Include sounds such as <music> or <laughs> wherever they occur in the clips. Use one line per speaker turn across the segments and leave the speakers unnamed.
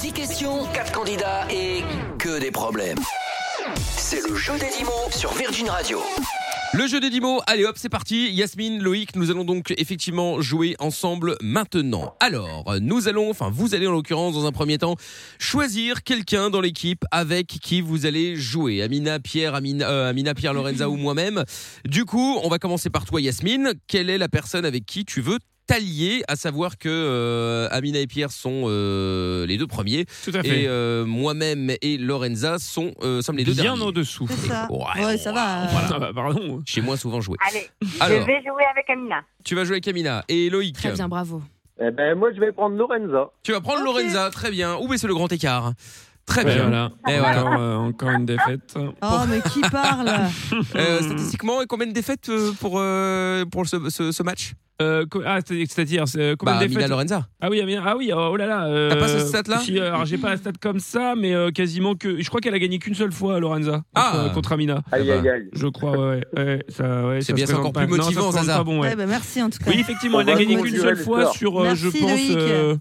10 questions, 4 candidats et que des problèmes. C'est le jeu des 10 mots sur Virgin Radio.
Le jeu des 10 mots, allez hop, c'est parti. Yasmine, Loïc, nous allons donc effectivement jouer ensemble maintenant. Alors, nous allons, enfin vous allez en l'occurrence dans un premier temps, choisir quelqu'un dans l'équipe avec qui vous allez jouer. Amina, Pierre, Amina, euh, Amina Pierre, Lorenza ou moi-même. Du coup, on va commencer par toi Yasmine. Quelle est la personne avec qui tu veux t'allier à savoir que euh, Amina et Pierre sont euh, les deux premiers
Tout à fait.
et euh, moi-même et Lorenza sont euh, sommes les deux
Bien
derniers.
au-dessous.
C'est ça.
Ouais,
Ouais, ça va. euh,
Ah bah pardon.
Chez moi souvent joué.
Allez,
Alors,
je vais jouer avec Amina.
tu vas jouer avec Amina et Loïc.
Très bien, bravo.
Eh ben, moi, je vais prendre Lorenza.
Tu vas prendre
Ok.
Lorenza, très bien. Où est c'est le grand écart Très
Ouais,
bien.
voilà.
Et voilà.
Encore, euh, encore une défaite.
Oh, mais qui
<laughs>
parle
Euh, statistiquement, et combien de défaites euh, pour, euh, pour ce, ce- ce match
Euh, co- ah, c'est- c'est-à-dire, c'est, euh, combien
Bah,
de
Amina
défaites
Lorenza.
Ah oui, Amina- ah oui, oh oh là là. euh,
T'as pas ce stat-là
si, euh, Alors j'ai pas la stat comme ça, mais euh, quasiment que. Je crois qu'elle a gagné qu'une seule fois, Lorenza, contre,
Ah.
euh, contre Amina.
Aïe,
Ah bah.
aïe, aïe.
Je crois, ouais. ouais, ouais, ça, ouais,
C'est
ça se
bien, c'est
présente
encore
pas.
plus
Non, ça se
motivant,
présente
Zaza.
pas bon, ouais.
Ouais, bah, Merci en tout cas.
Oui, effectivement, elle
On
a
va
gagné
continuer
qu'une seule
le
fois
score.
sur, euh, je
Merci,
pense,
Loïc.
euh,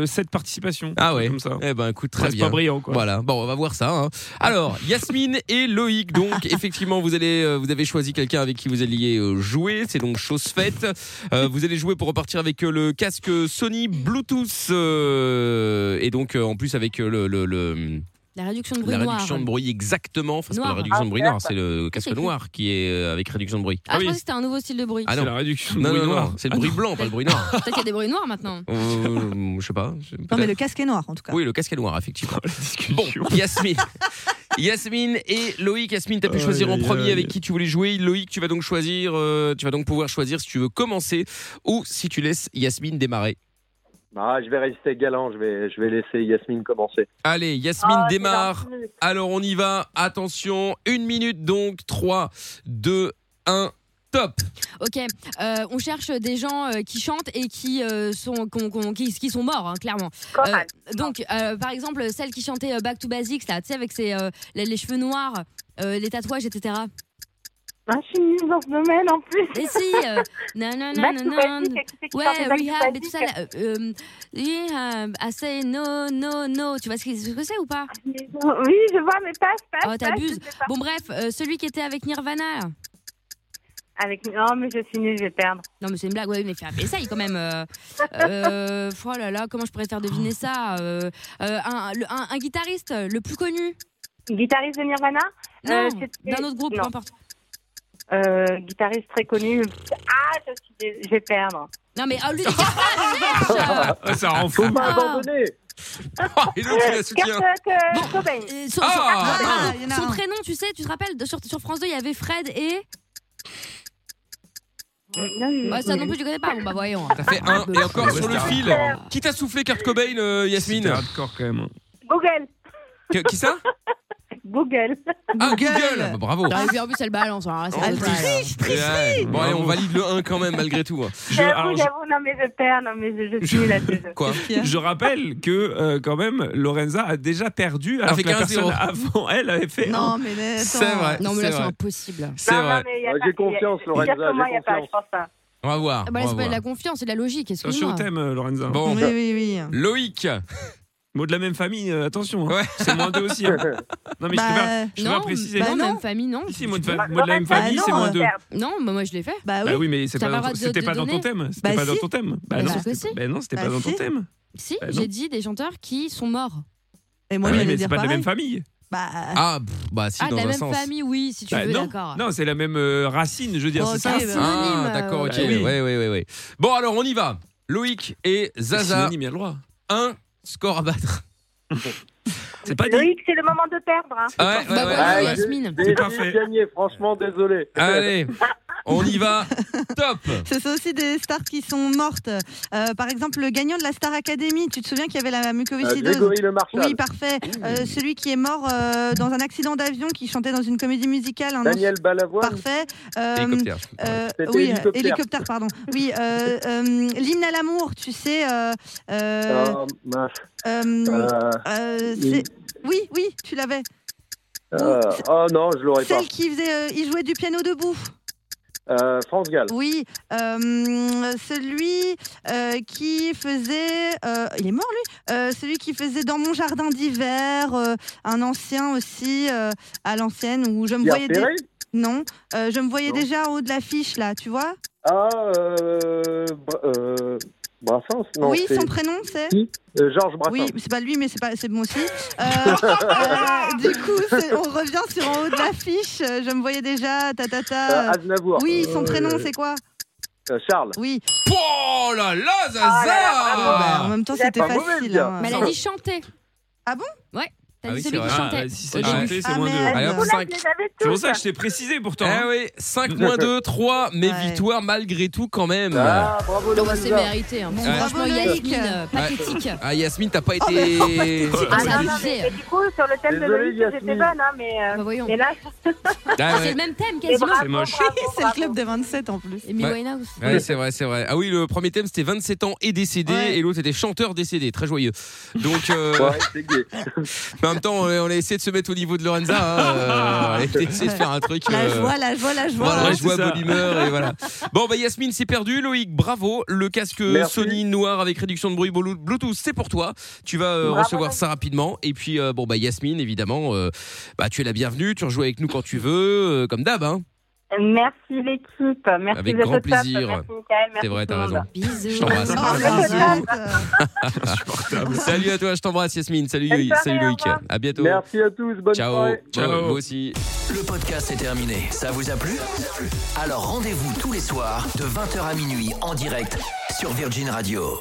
ouais, 7 participations.
Ah ouais.
Comme ça.
Eh ben, écoute, très
Ouais, C'est
bien.
pas brillant, quoi.
Voilà, bon, on va voir ça. hein. Alors, Yasmine et Loïc,
<laughs>
donc, effectivement, vous, allez, euh, vous avez choisi quelqu'un avec qui vous alliez euh, jouer, c'est donc chose faite. Euh, vous allez jouer pour repartir avec euh, le casque Sony Bluetooth, euh, et donc, euh, en plus, avec euh, le- le- le,
La réduction de bruit
La
noir.
réduction de bruit, exactement. Enfin, c'est pas la
Noir.
réduction de bruit noire, c'est le
Qu'est-ce
casque
que c'est
noir qui est euh, avec réduction de bruit.
Ah,
Ah oui.
je pensais que c'était un nouveau style de bruit.
Ah
C'est
non.
la réduction de
Non,
bruit
non,
noir.
non, c'est le bruit blanc, pas le bruit
<laughs>
noir.
Peut-être qu'il y a des bruits noirs maintenant.
Euh, je sais pas. je-
Non, mais
peut-être.
le casque est noir en tout cas.
Oui, le casque est noir, effectivement.
Oh, La discussion.
Bon, Yasmine. Yasmine et Loïc. Yasmine, t'as pu
Aïe,
choisir en
aïe,
premier
aïe.
avec qui tu voulais jouer. Loïc, tu vas donc choisir, euh, tu vas donc pouvoir choisir si tu veux commencer ou si tu laisses Yasmine démarrer.
Ah, je vais rester galant, je vais, je vais laisser Yasmine commencer.
Allez, Yasmine
Oh, c'est
démarre.
gentil.
Alors on y va, attention, une minute donc, 3, 2, 1, top
Ok, euh, on cherche des gens euh, qui chantent et qui, euh, sont, qu'on- qu'on- qui, qui sont morts, hein, clairement.
Coral.
Euh, donc, euh, par exemple, celle qui chantait euh, Back to Basics, là, tu sais, avec ses, euh, les, les cheveux noirs, euh, les tatouages, etc.
<laughs>
Ah, je suis nulle dans ce domaine en plus. Bah,
Et si euh, nan, nan,
Back
nan,
to
nan.
basic, avec ceux qui
Ouais,
sortent des bacs de
rehab et tout ça.
basic.
Là, euh, euh, rehab, I say no, no, no. Tu vois ce que ce que c'est ou pas
Oui, je vois, mais passe, passe.
Oh,
passe,
t'abuses.
je sais pas.
Bon, bref, euh, celui qui était avec Nirvana. là.
Avec... Non, mais je suis nulle, je vais perdre.
Non, mais c'est une blague, ouais, mais fais- essaye quand même. euh. Euh, oh là là, comment je pourrais te faire deviner ça Euh, euh, un, le- un- un guitariste, le plus connu.
Guitariste de Nirvana
Non,
Euh, c'était-
d'un autre groupe,
non.
peu importe.
Euh, guitariste très connu. Ah, je, suis... dés- je vais perdre.
Non, mais
<laughs>
oh, lui, il cherche
Ah, ça rend fou.
Faut
Ah.
pas abandonner
Ah, Et donc tu la soutiens
Kurt euh,
Bon.
Cobain.
Euh, son,
Ah,
son-
ah, il y en a
son
un.
prénom, tu sais, tu te rappelles, de- sur, sur France 2, il y avait Fred et.
Non, je-
Ouais, ça non plus, tu connais pas. Bon, bah voyons.
T'as fait
Ah,
un et encore sur le
Western.
fil. Qui t'a soufflé Kurt Cobain, euh,
C'était
Yasmine
hardcore quand
Bah,
même.
Google.
Que- Qui ça
Google.
Ah,
Google.
Google Bah, Bravo
Ah, et puis en plus, elle balance. alors là, c'est
Elle
pas vrai, alors.
triche, triche.
Ouais. Bon, allez, on valide le 1 quand même, malgré tout. hein.
Je, alors,
J'avoue,
je-
j'avoue, non, mais je perds. Non, mais je, je suis nulle à ce jeu.
Quoi
je rappelle que euh, quand même Lorenza a déjà perdu alors
fait
que la
15-0.
personne avant <laughs> elle avait fait un.
Non, mais attends.
C'est vrai.
Non, mais
c'est
là, c'est
vrai.
impossible.
C'est
Non, non,
vrai.
mais y a
Ah,
pas-
J'ai
y a-
confiance, Lorenza,
Pire que moi, y
j'ai
a pas, je
confiance.
pense pas.
On va voir.
Ah, bah,
on
là,
va
c'est pas de la
voir.
confiance, c'est de la logique.
Attention au
Excuse-moi.
thème, euh, Lorenza.
Bon.
Oui, oui, oui.
Loïc
Mot de la même famille, euh, attention. hein.
Ouais.
C'est moins deux aussi. <laughs> hein. Non, mais je préfère,
Bah,
je
non,
préfère préciser.
bah
non,
non.
même famille, non.
Si, si, mot de,
Bah,
fa- mot de la même
Lorenza,
famille,
bah
c'est
non,
moins
euh,
deux.
Perdre.
Non, bah moi, je l'ai fait.
bah
Bah
oui.
oui, mais c'est
T'as
pas dans
pas le
ton-
droit de-
c'était
de
pas dans ton
donner.
thème. C'était
Bah
pas dans
si.
ton thème. Bah
Bah
non,
si, que si.
c'était- bah non, c'était pas
Bah
dans ton
si.
thème.
Si,
Bah, non.
j'ai dit des chanteurs qui sont morts.
Et moi,
Bah
je
oui,
vais
mais
dire
c'est pas de la
pareil.
même famille.
Bah,
Ah, pff, bah si,
Ah, de
dans
la
un
même
sens.
famille, oui, si tu
Bah
veux,
non,
d'accord.
non, c'est la même euh, racine, je veux dire,
Ok,
c'est ça.
bah,
c'est-
Ah,
Synonyme,
d'accord,
euh,
ok.
bah oui.
Oui, oui, oui, oui. Bon, alors, on y va. Loïc et Zaza,
synonyme, il y a le droit.
1 score à battre.
C'est pas dit.
Loïc, c'est le moment de perdre. hein.
Ouais, ouais,
Bah
ouais,
voilà,
ouais.
ouais.
Yasmine.
C'est
J'ai
parfait.
gagné, franchement, désolé. Euh,
Allez, on y va. Top.
ce sont aussi des stars qui sont mortes. Euh, par exemple, le gagnant de la Star Academy, tu te souviens qu'il y avait la
Euh,
mucoviscidose
Grégory Le Marchal,
Oui, parfait. Euh, celui qui est mort euh, dans un accident d'avion, qui chantait dans une comédie musicale. un
Daniel
nom-
Balavoine,
Parfait. Euh,
Hélicoptère.
euh,
C'était
oui, euh,
hélicoptère.
hélicoptère, pardon. Oui, euh, euh, l'hymne à l'amour, tu sais. euh, euh,
Ah, mince,
euh,
euh,
euh, c'est- oui, oui, tu l'avais.
euh, oh non, je l'aurais pas.
Celle qui faisait, euh, il jouait du piano debout.
Euh, France Gall.
Oui, euh, celui euh, qui faisait. euh, il est mort, lui Euh, Celui qui faisait Dans mon jardin d'hiver, euh, un ancien aussi, euh, à l'ancienne, où je me
Pierre
voyais. dé-
Perret
Non, euh, je me voyais
Non.
déjà en haut de l'affiche, là, tu vois
Ah, euh, Bra- euh, Brassens Non,
Oui,
c'est
son prénom, c'est.
euh, Georges Brassens.
Oui, c'est pas lui, mais c'est pas, c'est bon aussi.
<laughs>
Euh, euh, du coup, c'est- on revient sur en haut de l'affiche. euh, Je me voyais déjà, ta ta
Euh,
ta.
Aznavour.
Oui, son
Euh,
prénom, c'est quoi
euh, Charles.
Oui.
Oh là là, Zaza
Oh là là,
Ah, bah, en même temps,
vous êtes
c'était
pas mauvais,
facile.
les gars.
hein.
Mais elle a dit chanter.
Ah bon
Ouais. T'as
Ah
dit
oui,
celui
c'est
qui
vrai.
chantait.
Ah, si c'est
Au début.
chanté, c'est
Ah,
moins
merde.
Allez, hop,
Vous là,
5.
je les avais
C'est pour
tous.
ça que je t'ai précisé pourtant.
Eh
hein.
oui, 5
<laughs>
moins 2, 3, mais
Ouais.
victoire malgré tout quand même.
Ah, bravo,
Bon, bah, c'est
Lorenza.
mérité. hein.
Bon,
Parce que
bravo,
Franchement,
Loïc.
Yasmine, euh, pathétique.
Ah Yasmine, t'as pas <laughs> été...
Ah
c'est
non, non,
abusé.
mais, mais du coup, sur le thème de
Désolé,
Loïc, j'étais
Yasmine.
bonne, hein, mais, euh,
Bah, voyons.
mais là,
Ah
C'est
ouais.
le même thème
c'est
quasiment.
bravo,
c'est moche.
bravo,
<laughs> <laughs> C'est le
bravo.
club des 27 en plus.
Amy
Ouais.
Winehouse.
Ouais, c'est vrai, c'est vrai. Ah oui, le premier thème c'était 27 ans et décédé,
Ouais.
et l'autre était chanteur décédé, très joyeux. Donc, euh,
Ouais, c'est gay.
mais en même temps, on a on a essayé de se mettre au niveau de Lorenza. hein, euh, on a essayé de faire un truc.
La
euh,
joie, la joie, la joie.
Voilà,
Ouais,
je vois
c'est ça.
bonne humeur et voilà. Bon, bah Yasmine, c'est perdu. Loïc, bravo. Le casque
Merci.
Sony noir avec réduction de bruit Bolu- Bluetooth, c'est pour toi. Tu vas euh,
Bravo.
recevoir ça rapidement. Et puis, euh, bon, bah Yasmine, évidemment, euh, bah, tu es la bienvenue. Tu rejoues avec nous quand tu veux, euh, comme d'hab. Hein.
Merci l'équipe, merci
Avec
de
grand
votre top,
plaisir.
Merci Mickaël, merci
C'est vrai,
tout
t'as
le
raison.
monde.
Bisous.
Je t'embrasse.
Oh, la zut.
<laughs> Salut à toi, je t'embrasse Yasmine. Salut,
Bonne soirée,
salut
au
Loïc.
revoir.
À bientôt.
Merci à tous. Bonne
Ciao.
soirée.
Ciao.
Ciao.
Vous aussi.
Le podcast est terminé. Ça vous a plu Alors rendez-vous tous les soirs de 20h à minuit en direct sur Virgin Radio.